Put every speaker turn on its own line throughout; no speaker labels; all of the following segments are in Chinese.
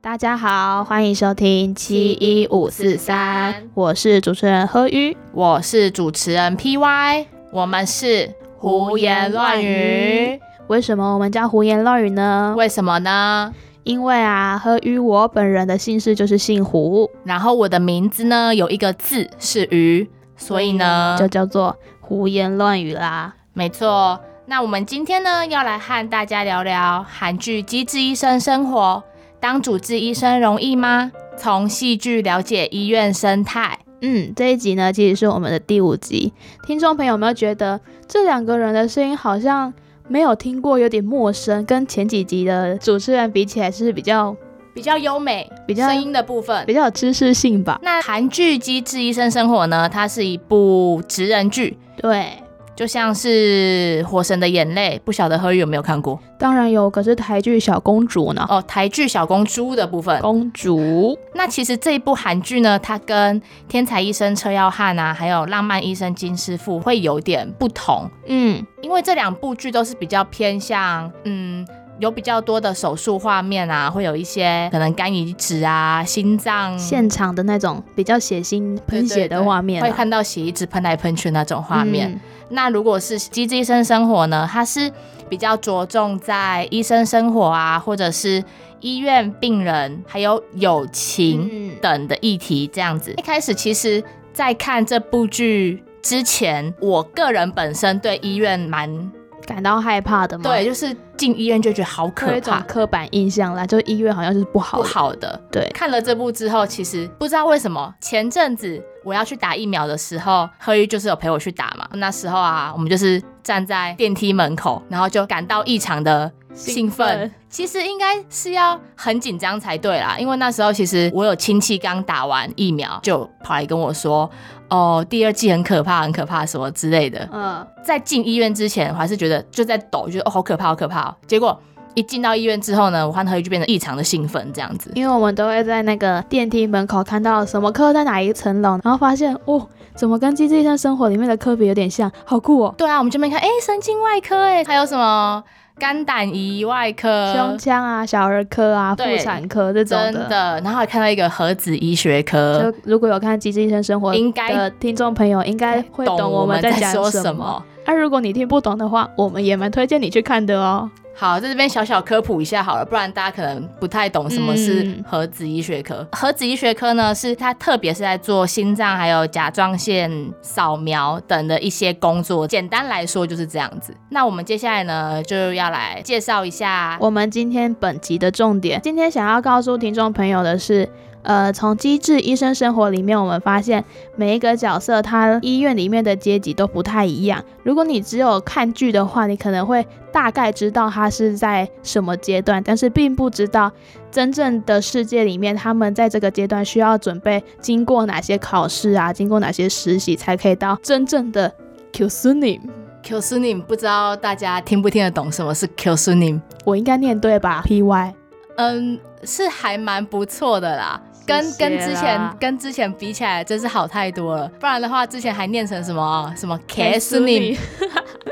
大家好，欢迎收听七一五四三，我是主持人何瑜。
我是主持人 PY，我们是胡言乱语，
为什么我们叫胡言乱语呢？
为什么呢？
因为啊，何瑜我本人的姓氏就是姓胡，
然后我的名字呢有一个字是鱼，所以呢，
嗯就叫做胡言乱语啦。
没错。那我们今天呢要来和大家聊聊韩剧《机智医生生活》，当主治医生容易吗？从戏剧了解医院生态。
嗯，这一集呢其实是我们的第五集。听众朋友有没有觉得这两个人的声音好像没有听过，有点陌生？跟前几集的主持人比起来，是比较
比较优美，
比较
声音的部分
比。较有知识性吧？
那韩剧《机智医生生活》呢，它是一部职人剧，
对，
就像是《火神的眼泪》，不晓得何宇有没有看过
当然有，可是台剧小公主呢？
哦？台剧《小公主》的部分。
公主，
那其实这一部韩剧呢，它跟《天才医生车耀汉》啊，还有《浪漫医生金师傅》会有点不同，
嗯，
因为这两部剧都是比较偏向嗯。有比较多的手术画面啊，会有一些可能肝移植啊、心脏
现场的那种比较血腥
对
喷
嗯对
血的画面啊、
会看到血一直喷来喷去那种画面。
嗯
那如果是《机智医生生活》呢，它是比较着重在医生生活啊，或者是医院病人还有友情
嗯
等的议题这样子。一开始其实，在看这部剧之前，我个人本身对医院蛮
感到害怕的吗？
对，，就是进医院就觉得好
有
可
一种
怕。
刻板印象啦，就医院好像就是不好
不
的，
好的，
对，
看了这部之后，其实不知道为什么，前阵子我要去打疫苗的时候，何玉就是有陪我去打嘛。那时候啊，我们就是站在电梯门口，然后就感到异常的。兴
兴奋
奋，其实应该是要很紧张才对啦，因为那时候其实我有亲戚刚打完疫苗，就跑来跟我说，哦，第二季很可怕，很可怕什么之类的。
嗯，
在进医院之前，我还是觉得就在抖，觉得哦好可怕，好可怕、哦。结果一进到医院之后呢，我和何玉就变得异常的兴奋，这样子。
因为我们都会在那个电梯门口看到什么科在哪一层楼，然后发现哦，怎么跟《机智医生生活》里面的科比有点像，好酷哦，
对啊，我们这边看，哎、神经外科，哎，还有什么肝胆胰外科，
胸腔啊、小儿科啊、妇
呃对
产科这种
真的，然后还看到一个核子医学科，
就如果有看《机智医生生活》
应该
的听众朋友，应该会懂
我
们
在
讲
说
什么。
么。
那、如果你听不懂的话，我们也蛮推荐你去看的哦。
好，在这边小小科普一下好了，不然大家可能不太懂什么
嗯
是核子医学科。核子医学科呢，是它特别是在做心脏还有甲状腺扫描等的一些工作。简单来说就是这样子。那我们接下来呢，就要来介绍一下
我们今天本集的重点，今天想要告诉听众朋友的是，呃，从《机智医生生活》里面，我们发现每一个角色他医院里面的阶级都不太一样。如果你只有看剧的话，你可能会大概知道他是在什么阶段，但是并不知道真正的世界里面，他们在这个阶段需要准备经过哪些考试啊，经过哪些实习，才可以到真正的 Q s u n i
Q s u n i 不知道大家听不听得懂什么是 Q s u n i
我应该念对吧？PY
嗯，是还蛮不错的啦，跟
谢谢
跟之
啦
前跟之前比起来，真是好太多了。不然的话，之前还念成什么啊什么 K s u n i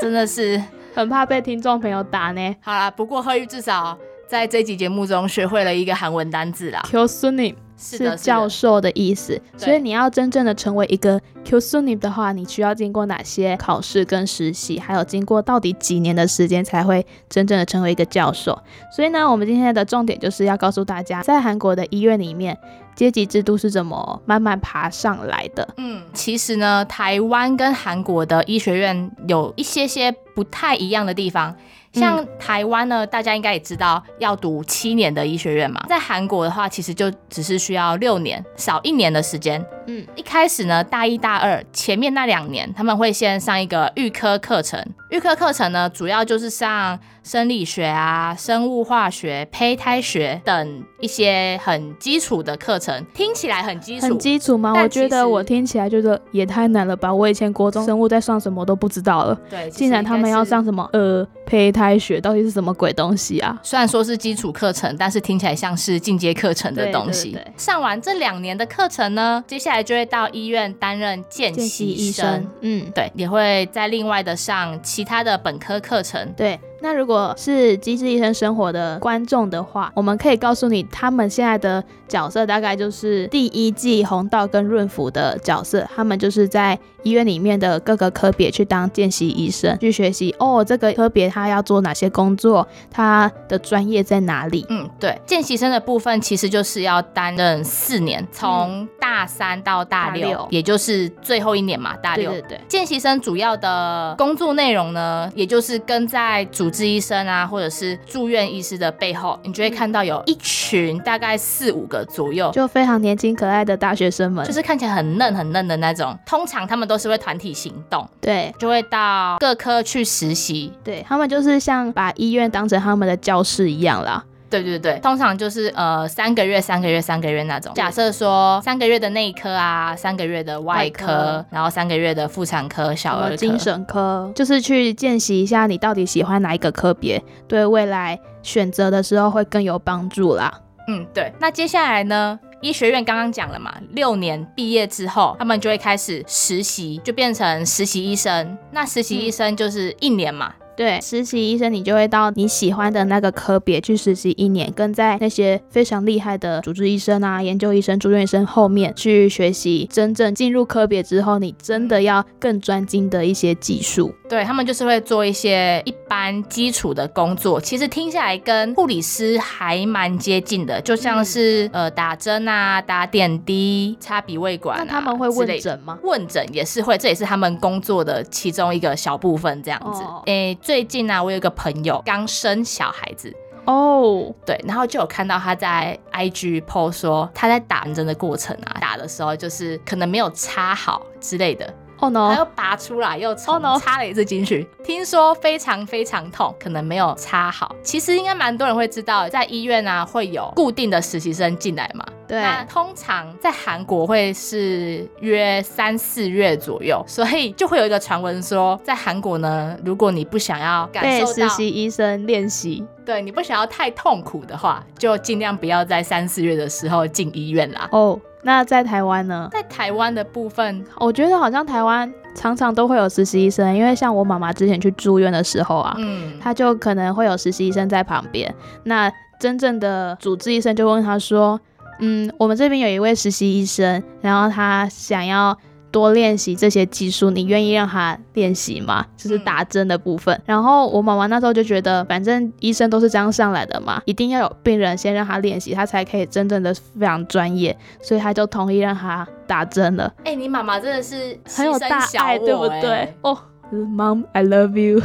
真的是
很怕被听众朋友打呢。
好啦。不过贺玉至少在这集节目中学会了一个韩文单字啦。
Q Sunim
是的，
是
是
教
的
授的意思，
对
所以你要真正的成为一个 Q Sunim 的话，你需要经过哪些考试跟实习，还有经过到底几年的时间才会真正的成为一个教授。所以呢，我们今天的重点就是要告诉大家，在韩国的医院里面，阶级制度是怎么慢慢爬上来的。
嗯，其实呢，台湾跟韩国的医学院有一些些不太一样的地方。
嗯
像台湾呢，大家应该也知道要读七年的医学院嘛，在韩国的话，其实就只是需要六年，少一年的时间。
嗯，
一开始呢，大一大二前面那两年，他们会先上一个预科课程。预科课程呢，主要就是上生理学啊、生物化学、胚胎学等一些很基础的课程，听起来很基础，
很基础吗？
但
我觉
其实
得我听起来觉得也太难了吧！我以前国中生物在上什么都不知道了，
对，其实
竟然他们
应该
要
是
上什么呃胚胎学，到底是什么鬼东西啊？
虽然说是基础课程，但是听起来像是进阶课程的东西。
对对对
上完这两年的课程呢，接下来就会到医院担任见
见习
习
医
生
生，，嗯，
对，也会再另外的上其他的本科课程。
对。那如果是《机智医生生活》的观众的话，我们可以告诉你，他们现在的角色大概就是第一季红道跟润福的角色，他们就是在医院里面的各个科别去当见习医生，去学习哦，这个科别他要做哪些工作，他的专业在哪里。
嗯，对，见习生的部分其实就是要担任四年，从大三到
嗯
大
大
六，
六
也就是最后一年嘛，大
对
六。
对对，
见习生主要的工作内容呢，也就是跟在主治医生啊，或者是住院医师的背后，你就
嗯
会看到有一群大概四五个左右，
就非常年轻可爱的大学生们，
就是看起来很嫩很嫩的那种。通常他们都是会团体行动，
对。
就会到各科去实习。
对他们就是像把医院当成他们的教室一样啦，
对对对，通常就是呃三个月、三个月、三个月那种。假设说三个月的内科啊，三个月的外科，
外科
然后三个月的妇产科、小
什
儿
么
科、
精神科，就是去见习一下你到底喜欢哪一个科别，对未来选择的时候会更有帮助啦。
嗯，对。那接下来呢？医学院刚刚讲了嘛，六年毕业之后，他们就会开始实习，就变成实习医生。那实习医生就是一年嘛，
对，实习医生你就会到你喜欢的那个科别去实习一年，跟在那些非常厉害的主治医生啊、研究医生、住院医生后面去学习，真正进入科别之后，你真的要更专精的一些技术。
对他们就是会做一些一般基础的工作。其实听下来跟护理师还蛮接近的，就像是、
嗯
呃打针啊、打点滴、插鼻胃管、啊
那，他们会
之类
问
的
诊吗？
问诊也是会，这也是他们工作的其中一个小部分，这样子
哦。
诶、最近呢、啊，我有一个朋友刚生小孩子，
哦，
对，然后就有看到他在 IG PO 说他在打针的过程啊，打的时候就是可能没有插好之类的，
哦
他
no，
又拔出来又重
Oh no
插了一次进去，听说非常非常痛，可能没有插好。其实应该蛮多人会知道，在医院啊会有固定的实习生进来嘛，
对，
那通常在韩国会是约三四月左右，所以就会有一个传闻说，在韩国呢，如果你不想要感
被
受
实
到，
习医生练习。
对你不想要太痛苦的话，就尽量不要在三四月的时候进医院啦。
哦，那在台湾呢？
在台湾的部分，
我觉得好像台湾常常都会有实习医生，因为像我妈妈之前去住院的时候啊，
嗯，
她就可能会有实习医生在旁边。那真正的主治医生就问她说：“嗯，我们这边有一位实习医生，然后他想要。”多练习这些技术，你愿意让他练习吗？就是
嗯
打针的部分。然后我妈妈那时候就觉得，反正医生都是这样上来的嘛，一定要有病人先让他练习，他才可以真正的非常专业，所以她就同意让他打针了。
哎、你妈妈真的是
很有
牺牲
大
小
爱，对
我
不
欸
对？？哦、m o m I love you。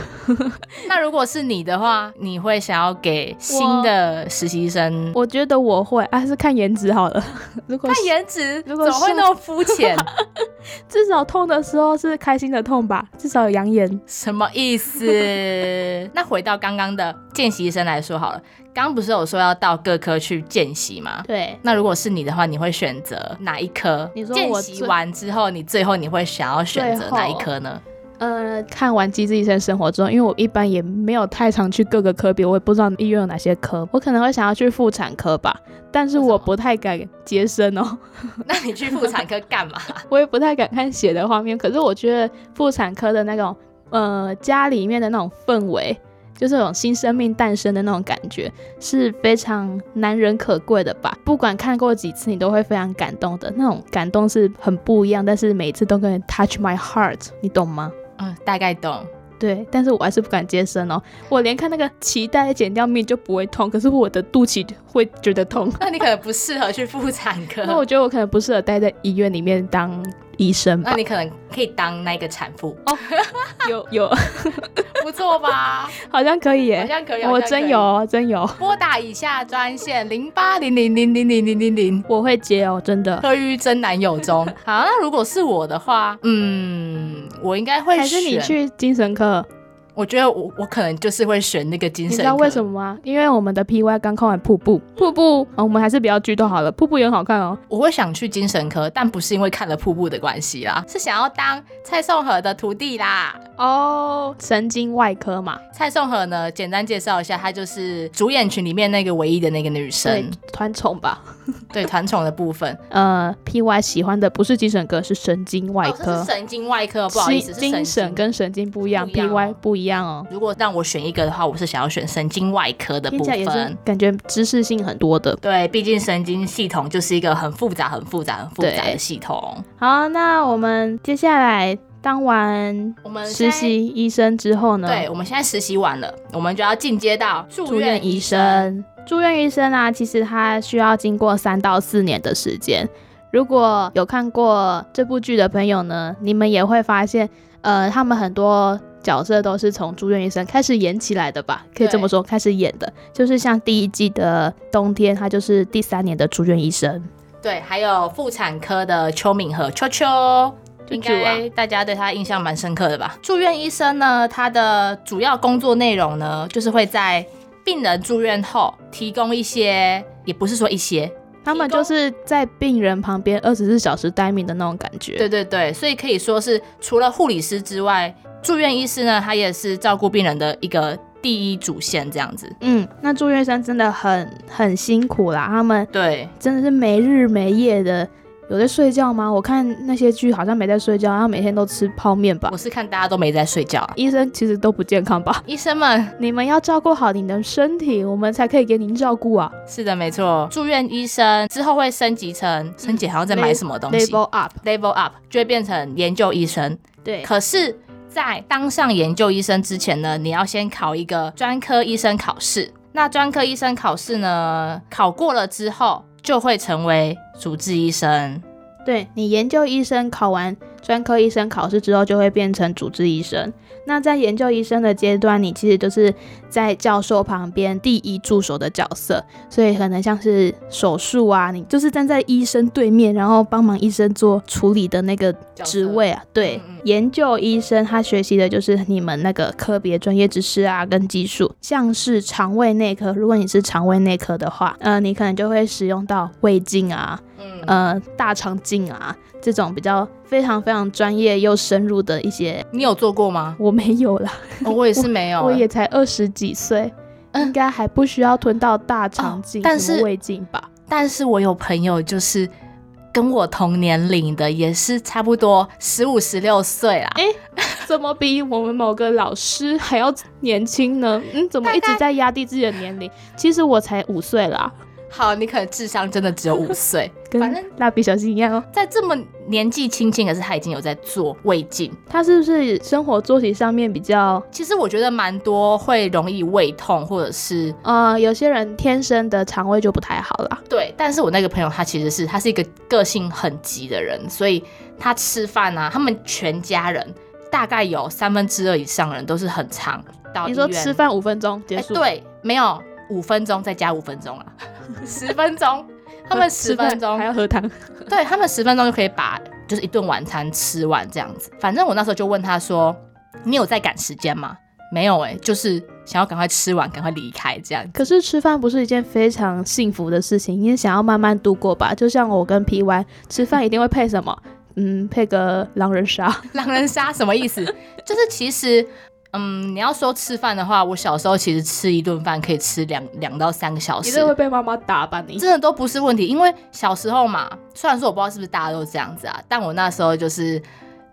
那如果是你的话，你会想要给新的实习生
我觉得我会，啊还、是看颜值好 了。如果
看颜值，怎
如果
么会
是
那么肤浅？
至少痛的时候是开心的痛吧，至少有养眼。
什么意思？那回到刚刚的见习医生来说好了，刚刚不是有说要到各科去见习吗？
对，
那如果是你的话，你会选择哪一科？
你说
见
我
习
最
完之后，你最后你会想要选择哪一科呢？
呃，看完《机智医生生活》之后，因为我一般也没有太常去各个科别，我也不知道医院有哪些科，我可能会想要去妇产科吧，但是
为什么
我不太敢接生哦，
那你去妇产科干 嘛？
我也不太敢看血的画面。可是我觉得妇产科的那种，呃，家里面的那种氛围，就是那种新生命诞生的那种感觉，是非常难人可贵的吧？不管看过几次，你都会非常感动的那种感动是很不一样，但是每次都跟 touch my heart，你懂吗？
嗯，大概懂。
对，但是我还是不敢接生哦。我连看那个脐带剪掉面就不会痛，可是我的肚脐会觉得 痛。
那你可能不适合去妇产科，
那我觉得我可能不适合待在医院里面当医生吧
那。你可能可以当那个产妇，
哎有有，
不错吧？
好像可以耶
好。像可以。好
我
像可以
真有，哦，真有，
拨打以下专线零八零零零零零零零零。
我会接哦，真的。
柯于真男 友中。好，那如果是我的话，嗯，我应该会
还是你
选？
去精神科？
我觉得我我可能就是会选那个精
你
神科。
知道为什么吗？因为我们的 PY 刚看完瀑布，瀑布、哦我们还是不要剧透好了，瀑布也很好看哦。
我会想去精神科？但不是因为看了瀑布的关系啦，是想要当蔡颂和的徒弟啦。
哦，神经外科嘛，
蔡颂和呢，简单介绍一下，她就是主演群里面那个唯一的那个女
对
生，，
团宠吧。
对团宠的部分。
呃，PY 喜欢的不是精神科，是神经外
哦这
科。
是神经外科，不好意思，
是
是
精
神
神
经。
跟神经不一样
不一样
p
哦
y 不一样哦。
如果让我选一个的话，我是想要选神经外科的
听
部
起来也是
分。
感觉知识性很多的。
对，毕竟神经系统就是一个很复杂、很复杂、很复杂的系统。
好，那我们接下来当完
我们
实
呃现
习医生之后呢？
在，对，我们现在实习完了，我们就要进阶到
住院医。生，住院医生啊，其实他需要经过三到四年的时间。如果有看过这部剧的朋友呢，你们也会发现，呃，他们很多角色都是从住院医生开始演起来的吧？可以这么
对
说，开始演的，就是像第一季的冬天，他就是第三年的住院医生。
对，还有妇产科的邱敏和秋秋。
就
应
就啊
该大家对他印象蛮深刻的吧？住院医生呢，他的主要工作内容呢，就是会在病人住院后提供一些，也不是说一些，
他们
提供
就是在病人旁边二十四小时待命的那种感觉。
对对对，所以可以说是除了护理师之外，住院医师呢，他也是照顾病人的一个第一主线这样子。
嗯，那住院医生真的很很辛苦啦，他们
对，
真的是没日没夜的。有在睡觉吗？我看那些剧好像没在睡觉，然后每天都吃泡面吧
我。是看大家都没在睡觉啊、
医生其实都不健康吧？
医生们，
你们要照顾好你的身体，我们才可以给您照顾啊。
是的，没错，住院医生之后会升级成，升级好像在买什么东西、
Level up，
level up 就会变成研究医生。
对，
可是，在当上研究医生之前呢，你要先考一个专科医生考试。那专科医生考试呢，考过了之后就会成为主治医生。
对你研究医生考完专科医生考试之后，就会变成主治医生。那在研究医生的阶段，你其实就是在教授旁边第一助手的角色，所以可能像是手术啊，你就是站在医生对面，然后帮忙医生做处理的那个职位啊。对，
嗯嗯
研究医生他学习的就是你们那个科别专业知识啊，跟技术，像是肠胃内科，如果你是肠胃内科的话，呃，你可能就会使用到胃镜啊，
嗯，
呃大肠镜啊这种比较非常非常专业又深入的一些，
你有做过 吗？
我没有啦，
哦我也是没有欸，
我也才二十几岁，
嗯
应该还不需要吞到大肠
哦
镜、
但
什么
是
胃镜吧？
但是我有朋友就是跟我同年龄的，也是差不多十五十六岁啦。
哎怎么比我们某个老师还要年轻呢？嗯，怎么
大
一直
概
在压低自己的年龄？其实我才五岁啦，
好，你可能智商真的只有 五岁，
跟
反正
蜡笔小新一样哦。
在这么年纪轻轻，可是他已经有在做胃镜。
他是不是生活作息上面比较？
其实我觉得蛮多会容易胃痛，或者是
呃，有些人天生的肠胃就不太好啦。
对，但是我那个朋友他其实是他是一个个性很急的人，所以他吃饭啊，他们全家人大概有三分之二以上人都是很长到
你说
医院
吃饭五分钟结
哎，
束，
对，没有五分钟，再加五分钟啊， 十 分钟，他们十
吃饭
分钟
还，要喝汤。
对他们十分钟就可以把就是一顿晚餐吃完这样子。反正我那时候就问他说：“你有在赶时间吗？”没有哎、就是想要赶快吃完，赶快离开这样。
可是吃饭不是一件非常幸福的事情，你也想要慢慢度过吧？就像我跟 P Y 吃饭一定会配什么？嗯，配个狼人杀。
狼人杀什么意思？ 就是其实。嗯，你要说吃饭的话，我小时候其实吃一顿饭可以吃两两到三个小时，
一定会被妈妈打吧你？
真的都不是问题，因为小时候嘛，虽然说我不知道是不是大家都这样子啊，但我那时候就是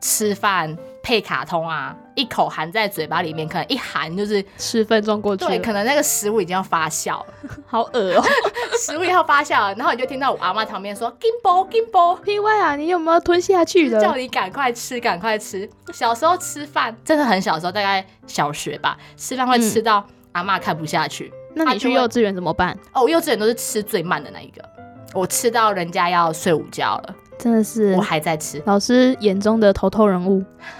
吃饭配卡通啊，一口含在嘴巴里面，可能一含就是
十分钟过去
对，
了，
可能那个食物已经要发酵了，
好恶哦、
食物要发酵了，然后你就听到我阿妈旁边说 “gimbo gimbo”，
P Y 啊，你有没有吞下去
叫
的？
你赶快吃，赶快吃。小时候吃饭真的很小时候，大概小学吧，吃饭会吃
嗯
到阿妈看不下去。
那你去幼稚园怎么办？
哦，我幼稚园都是吃最慢的那一个，我吃到人家要睡午觉了，
真的是
我还在吃。
老师眼中的头头人物，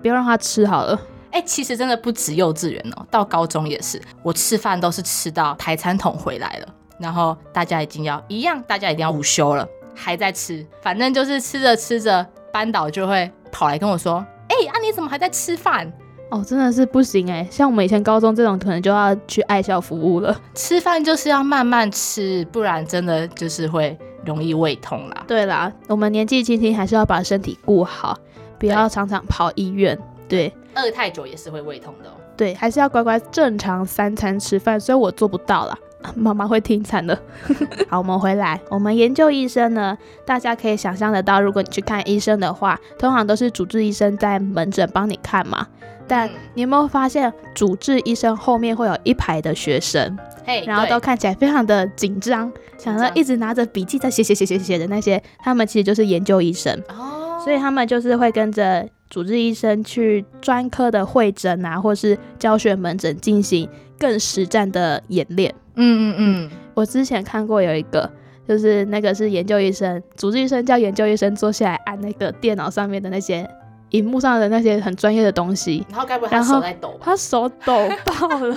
不要让他吃好了。
哎、其实真的不止幼稚园哦，到高中也是，我吃饭都是吃到台餐桶回来了，然后大家已经要一样，大家已经要午休了，还在吃，反正就是吃着吃着，班导就会跑来跟我说：“哎、啊你怎么还在吃饭？
哦，真的是不行哎、像我们以前高中这种，可能就要去爱校服务了。
吃饭就是要慢慢吃，不然真的就是会容易胃痛啦。
对啦，我们年纪轻轻还是要把身体顾好，不要常常跑医院。对
饿太久也是会胃痛的哦。
对，还是要乖乖正常三餐吃饭。虽然我做不到啦，妈妈会听惨的。 好，我们回来，我们研究医生呢，大家可以想象得到，如果你去看医生的话，通常都是主治医生在门诊帮你看嘛。
嗯
但你有没有发现，主治医生后面会有一排的学生，
嘿，
然后都
哎对
看起来非常的紧张，想要
张
一直拿着笔记在写写写写写的那些，他们其实就是研究医生。
哦，
所以他们就是会跟着主治医生去专科的会诊啊，或是教学门诊进行更实战的演练。
嗯嗯嗯，
我之前看过有一个，就是那个是研究医生，主治医生叫研究医生坐下来按那个电脑上面的那些荧幕上的那些很专业的东西，
然后该不会
然
他
后
手在抖吧？
他手抖爆了，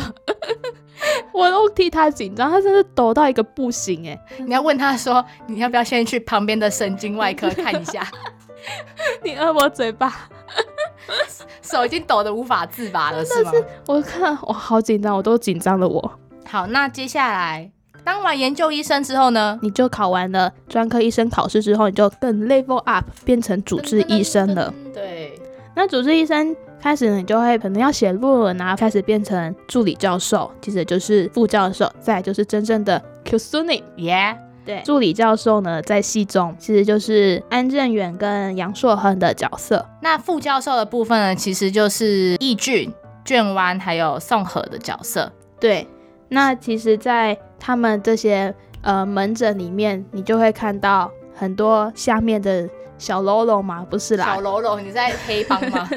我都替他紧张，他真是抖到一个不行哎、
你要问他说，你要不要先去旁边的神经外科看 一下？
你按我嘴巴。
手已经抖得无法自拔了，是吗？
我看我好紧张，我都紧张的我。
好，那接下来当完研究医生之后呢？
你就考完了专科医生考试之后，你就更 level up 变成主治医生了。
噔。噔噔噔对，
那主治医生开始你就会可能要写论文啊，开始变成助理教授，接着就是副教授，再来就是真正的 q s u n i
耶，
对，助理教授呢，在系中其实就是安正远跟杨硕亨的角色。
那副教授的部分呢，其实就是易俊、卷湾还有宋和的角色。
对，那其实，在他们这些呃门诊里面，你就会看到很多下面的小喽啰嘛，不是啦，
小喽啰，你在黑帮 吗？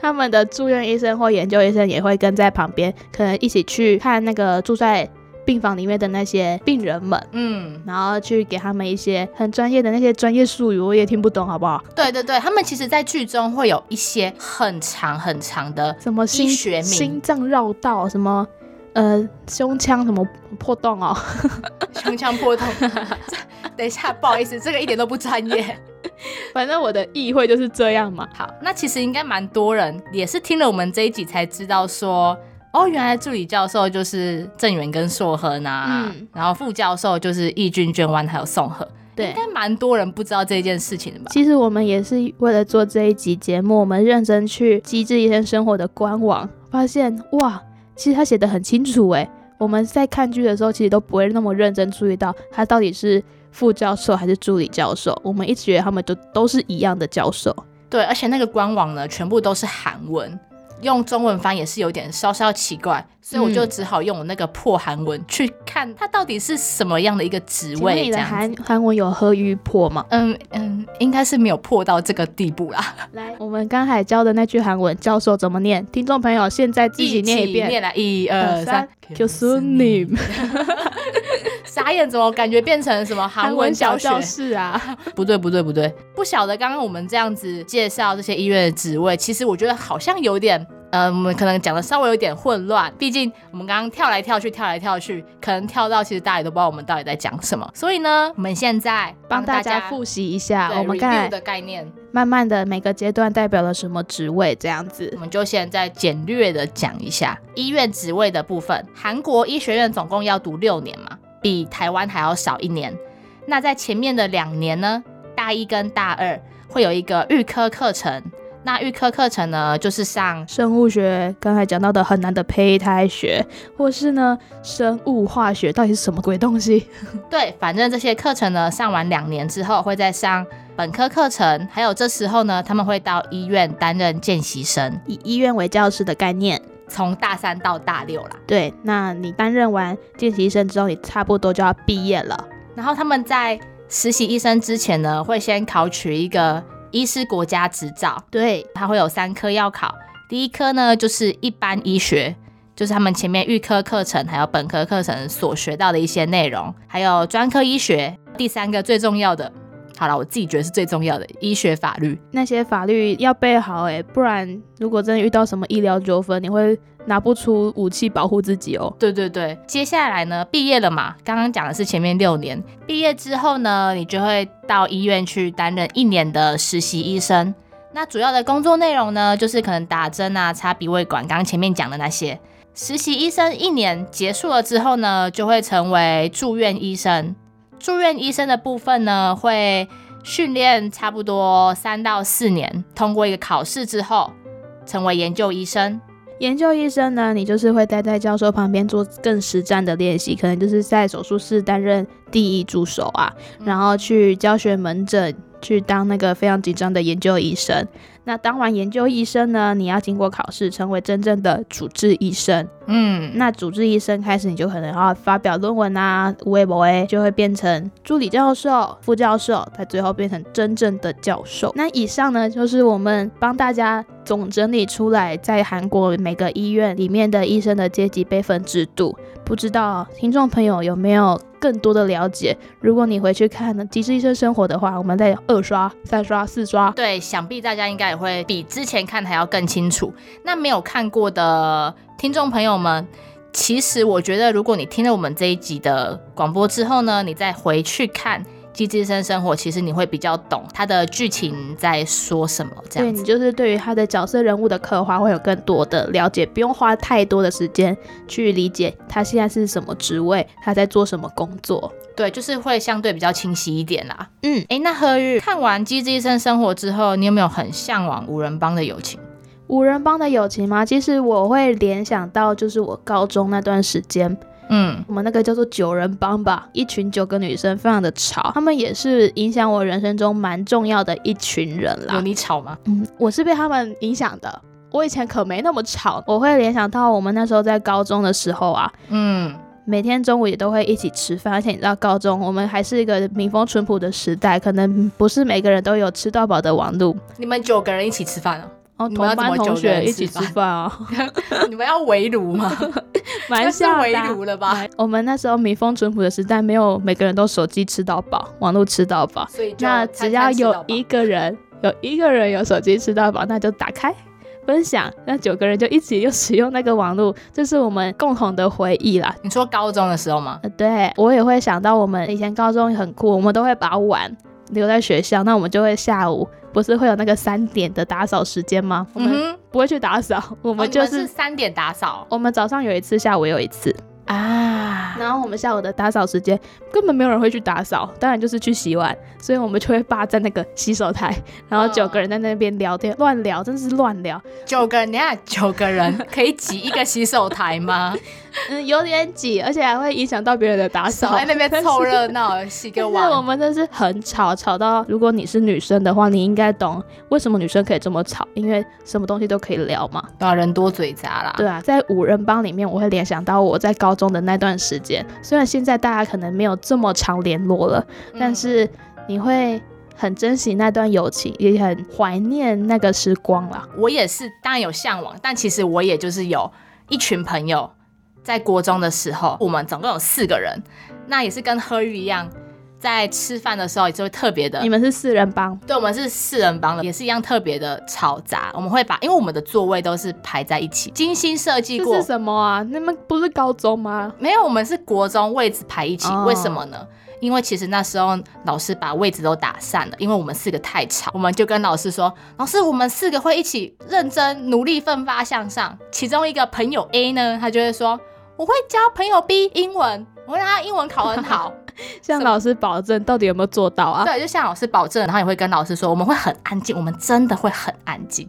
他们的住院医生或研究医生也会跟在旁边，可能一起去看那个住在病房里面的那些病人们，
嗯，
然后去给他们一些很专业的那些专业术语，我也听不懂，好不好？
对对对，他们其实，在剧中会有一些很长很长 的，
什么心
医学名
心脏绕道，什么呃胸腔什么破洞哦，
胸腔破洞。这等一下，不好意思，这个一点都不专 业。
反正我的意会就是这样嘛。
好，那其实应该蛮多人也是听了我们这一集才知道说，哦，原来助理教授就是郑源跟硕亨啊，
嗯
然后副教授就是易俊、卷湾还有宋和，应
对。
该蛮多人不知道这件事情的吧？
其实我们也是为了做这一集节目，我们认真去《机智医生生活》的官网，发现哇，其实他写的很清楚诶。我们在看剧的时候，其实都不会那么认真注意到他到底是副教授还是助理教授。我们一直觉得他们都都是一样的教授。
对，而且那个官网呢，全部都是韩文。用中文翻也是有点稍稍奇怪，所以我就
嗯
只好用我那个破韩文去看它到底是什么样的一个职
请问
位。
你
这
的
样子
韩韩文有喝鱼破吗？
嗯嗯，应该是没有破到这个地步啦。
来，我们刚才教的那句韩文，教授怎么念？听众朋友现在自己 念一遍。呃
来，一二三，
교수님
傻眼，怎么感觉变成什么韩文教
小
学？
教室啊，
不对，不对，不对，不晓得刚刚我们这样子介绍这些医院的职位，其实我觉得好像有点。呃，我们可能讲的稍微有点混乱，毕竟我们刚刚跳来跳去，跳来跳去，可能跳到其实大家也都不知道我们到底在讲什么。所以呢，我们现在
帮大家
家
复习一下
对
我们
review
刚才
的概念，
慢慢的每个阶段代表了什么职位这样
我
子。
们就现在简略的讲一下医院职位的部分。韩国医学院总共要读六年嘛，比台湾还要少一年。那在前面的两年呢，大一跟大二会有一个预科课程。那预科课程呢，就是上
生物学刚才讲到的很难的胚胎学，或是呢生物化学到底是什么鬼东西？
对，反正这些课程呢，上完两年之后会再上本科课程，还有这时候呢，他们会到医院担任见习生，
以医院为教室的概念。
从大三到大六啦。
对，那你担任完见习生之后，你差不多就要毕业了。
然后他们在实习医生之前呢，会先考取一个医师国家执照，
对，
它会有三科要考。第一科呢，就是一般医学，就是他们前面预科课程还有本科课程所学到的一些内容，还有专科医学。第三个最重要的，好了，我自己觉得是最重要的，医学法律。
那些法律要背好诶、不然如果真的遇到什么医疗纠纷，你会拿不出武器保护自己哦。
对对对，接下来呢，毕业了嘛，刚刚讲的是前面六年，毕业之后呢，你就会到医院去担任一年的实习医生。那主要的工作内容呢，就是可能打针啊、插鼻胃管，刚刚前面讲的那些。实习医生一年结束了之后呢，就会成为住院医生。住院医生的部分呢，会训练差不多三到四年，通过一个考试之后，成为研究医生。
研究医生呢，你就是会待在教授旁边做更实战的练习，可能就是在手术室担任第一助手啊，然后去教学门诊，去当那个非常紧张的研究医生。那当完研究医生呢，你要经过考试，成为真正的主治医生。
嗯，
那主治医生开始，你就可能要发表论文啊，无微博诶，就会变成助理教授、副教授，才最后变成真正的教授。那以上呢，就是我们帮大家总整理出来，在韩国每个医院里面的医生的阶级辈分制度。不知道听众朋友有没有更多的了解？如果你回去看呢《机智医生生活》的话，我们再二刷、三刷、四刷，
对，想必大家应该也会比之前看还要更清楚。那没有看过的听众朋友们，其实我觉得，如果你听了我们这一集的广播之后呢，你再回去看《机智医生生活》，其实你会比较懂它的剧情在说什么。这
对
样
你
子，
就是对于他的角色人物的刻画会有更多的了解，不用花太多的时间去理解他现在是什么职位，他在做什么工作。
对，就是会相对比较清晰一点啦。
嗯，
哎，那何玉看完《机智医生生活》之后，你有没有很向往无人帮的友情？
五人帮的友情吗？其实我会联想到就是我高中那段时间，
嗯，
我们那个叫做九人帮吧，一群九个女生，非常的吵，她们也是影响我人生中蛮重要的一群人
有
啦。
你吵吗？
嗯，我是被他们影响的。我以前可没那么吵，我会联想到我们那时候在高中的时候啊，
嗯，
每天中午也都会一起吃饭，而且你知道，高中我们还是一个民风淳朴的时代，可能不是每个人都有吃到饱的网路。
你们九个人一起吃饭哦？
哦，
你
同
们要怎
班
么
同
九个
学
人
一起吃
吃饭
饭啊，
你们要围炉吗？
蛮
是
像
围
的啊、
炉了吧？
蛮我们那时候民风淳朴的时代，没有每个人都手机吃到饱，网络吃到饱。
所以就
那只要有一个人有一个人有手机吃到饱，那就打开分享，那九个人就一起又使用那个网络，这是我们共同的回忆啦。
你说高中的时候吗？
呃，对我也会想到我们以前高中很酷，我们都会把碗留在学校，那我们就会下午不是会有那个三点的打扫时间吗？我们
嗯哼，
不会去打扫，我
我
哦们就是,、
是三点打扫
我们早上有一次，下午有一次，
啊。
然后我们下午的打扫时间根本没有人会去打扫，当然就是去洗碗，所以我们就会霸占那个洗手台，然后九个人在那边聊天乱聊，真是乱聊，
九个人，你看九个人 可以挤一个洗手台 吗？
嗯，有点挤，而且还会影响到别人的打
少
扫
在。那边凑热 闹，洗
啊但
个
是我
碗。
们真是很吵，吵到如果你是女生的话，你应该懂为什么女生可以这么吵，因为什么东西都可以聊嘛。
对啊，人多嘴杂啦。
对啊，在五人帮里面，我会联想到我在高中的那段时间，虽然现在大家可能没有这么常联络了，
嗯
但是你会很珍惜那段友情，也很怀念那个时光啊啦。
我也是，当然有向往，但其实我也就是有一群朋友，在国中的时候，我们总共有四个人，那也是跟喝玉一样，在吃饭的时候也是会特别的
你们是四人帮，
对，我们是四人帮的，也是一样特别的吵杂。我们会把，因为我们的座位都是排在一起，精心设计
这
过
是。什么啊？你们不是高中吗？
没有，我们是国中位置排一起，
哦
为什么呢？因为其实那时候老师把位置都打散了，因为我们四个太吵，我们就跟老师说，老师，我们四个会一起认真努力奋发向上。其中一个朋友 A 呢，他就会说，我会教朋友 B 英文，我会让他英文考很好。
向老师保证，到底有没有做到啊？
对，就向老师保证，然后也会跟老师说我们会很安静，我们真的会很安静。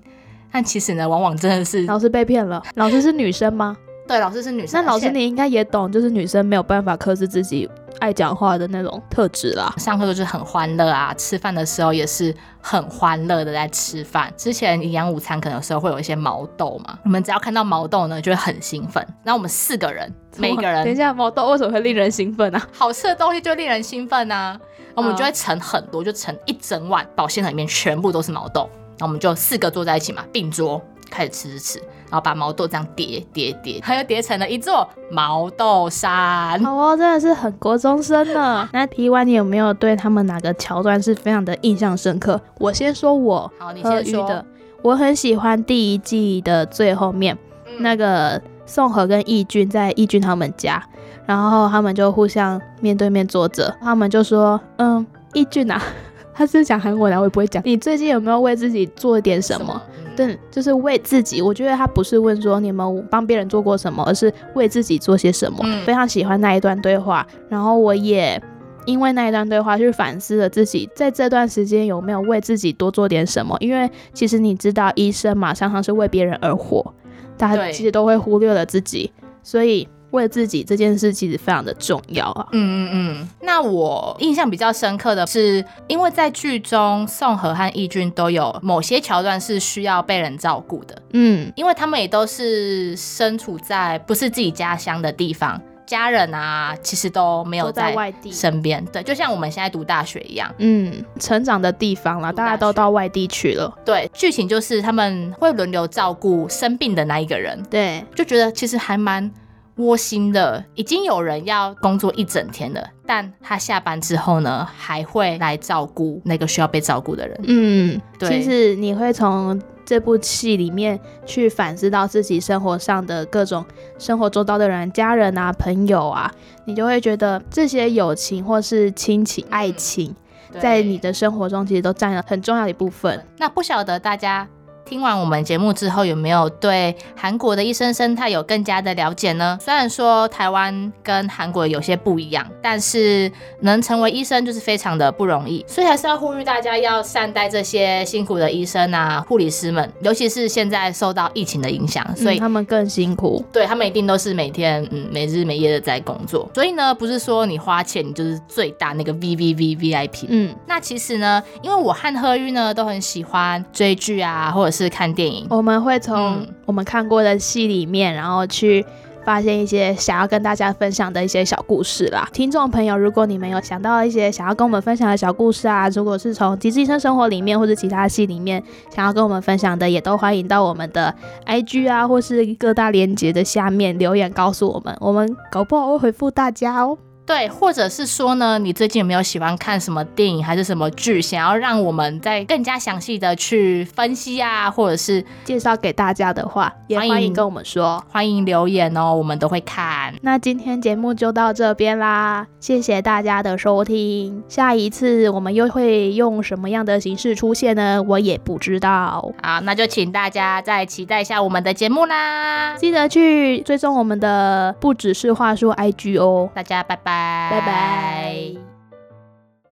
但其实呢，往往真的是
老师被骗了，老师是女生吗？
对老师是女生，
那老师
而且
你应该也懂，就是女生没有办法克制自己爱讲话的那种特质啦。
上课就是很欢乐啊，吃饭的时候也是很欢乐的在吃饭。之前营养午餐可能有时候会有一些毛豆嘛，我们只要看到毛豆呢，就会很兴奋。那我们四个人，每个
等一
人
下，毛豆为什么会令人兴奋啊？
好吃的东西就令人兴奋啊，我
嗯
们就会盛很多，就盛一整碗，保鲜盒里面全部都是毛豆。然后我们就四个坐在一起嘛，并桌开始吃吃吃，然后把毛豆这样叠叠叠，它就叠成了一座毛豆山。
好 哦，真的是很国中生呢。那 T Y，你有没有对他们哪个桥段是非常的印象深刻？我先说我
好，你
和
先
鱼
说。
的，我很喜欢第一季的最后面，
嗯
那个宋和跟义俊在义俊他们家，然后他们就互相面对面坐着，他们就说：“嗯，义俊啊， 他是讲韩文啊，我也不会讲。你最近有没有为自己做一点什么？”？
嗯
对，就是为自己。我觉得他不是问说你们帮别人做过什么，而是为自己做些什么。
嗯
非常喜欢那一段对话，然后我也因为那一段对话去反思了自己在这段时间有没有为自己多做点什么。因为其实你知道，医生嘛，常常是为别人而活。大家
对
其实都会忽略了自己，所以为自己这件事其实非常的重要啊。
嗯嗯嗯。那我印象比较深刻的是，因为在剧中宋和和义俊都有某些桥段是需要被人照顾的，
嗯
因为他们也都是身处在不是自己家乡的地方，家人啊其实都没有
都在外地
身边。对，就像我们现在读大学一样。
嗯，成长的地方啦，
读大
大家都
学
到外地去了。
对，剧情就是他们会轮流照顾生病的那一个人，
对，
就觉得其实还蛮窝心的。已经有人要工作一整天了，但他下班之后呢，还会来照顾那个需要被照顾的人。
嗯，
对
其实你会从这部戏里面去反思到自己生活上的各种生活周遭的人、家人啊、朋友啊，你就会觉得这些友情或是亲情、爱情，
嗯对
在你的生活中其实都占了很重要的一部分。
那不晓得大家听完我们节目之后，有没有对韩国的医生生态有更加的了解呢？虽然说台湾跟韩国有些不一样，但是能成为医生就是非常的不容易，所以还是要呼吁大家要善待这些辛苦的医生啊、护理师们，尤其是现在受到疫情的影响，所
嗯
以
他们更辛苦。
对他们一定都是每天嗯没日没夜的在工作，所以呢，不是说你花钱你就是最大那个 V V V V I P，
嗯，
那其实呢，因为我和何玉呢都很喜欢追剧啊，或者是看电影。
我们会从
嗯
我们看过的戏里面，然后去发现一些想要跟大家分享的一些小故事啦。听众朋友，如果你们有想到一些想要跟我们分享的小故事啊，如果是从《极致医生生活》里面或者其他戏里面想要跟我们分享的，也都欢迎到我们的 IG 啊，或是各大连接的下面留言告诉我们，我们搞不好会回复大家哦。
对，或者是说呢，你最近有没有喜欢看什么电影还是什么剧，想要让我们再更加详细的去分析啊，或者是
介绍给大家的话，也
欢
欢迎
迎
跟我们说。
欢迎留言哦，我们都会看。
那今天节目就到这边啦，谢谢大家的收听。下一次我们又会用什么样的形式出现呢？我也不知道。
好，那就请大家再期待一下我们的节目啦，
记得去追踪我们的不只是话术 IG 哦。
大家拜拜，
拜拜。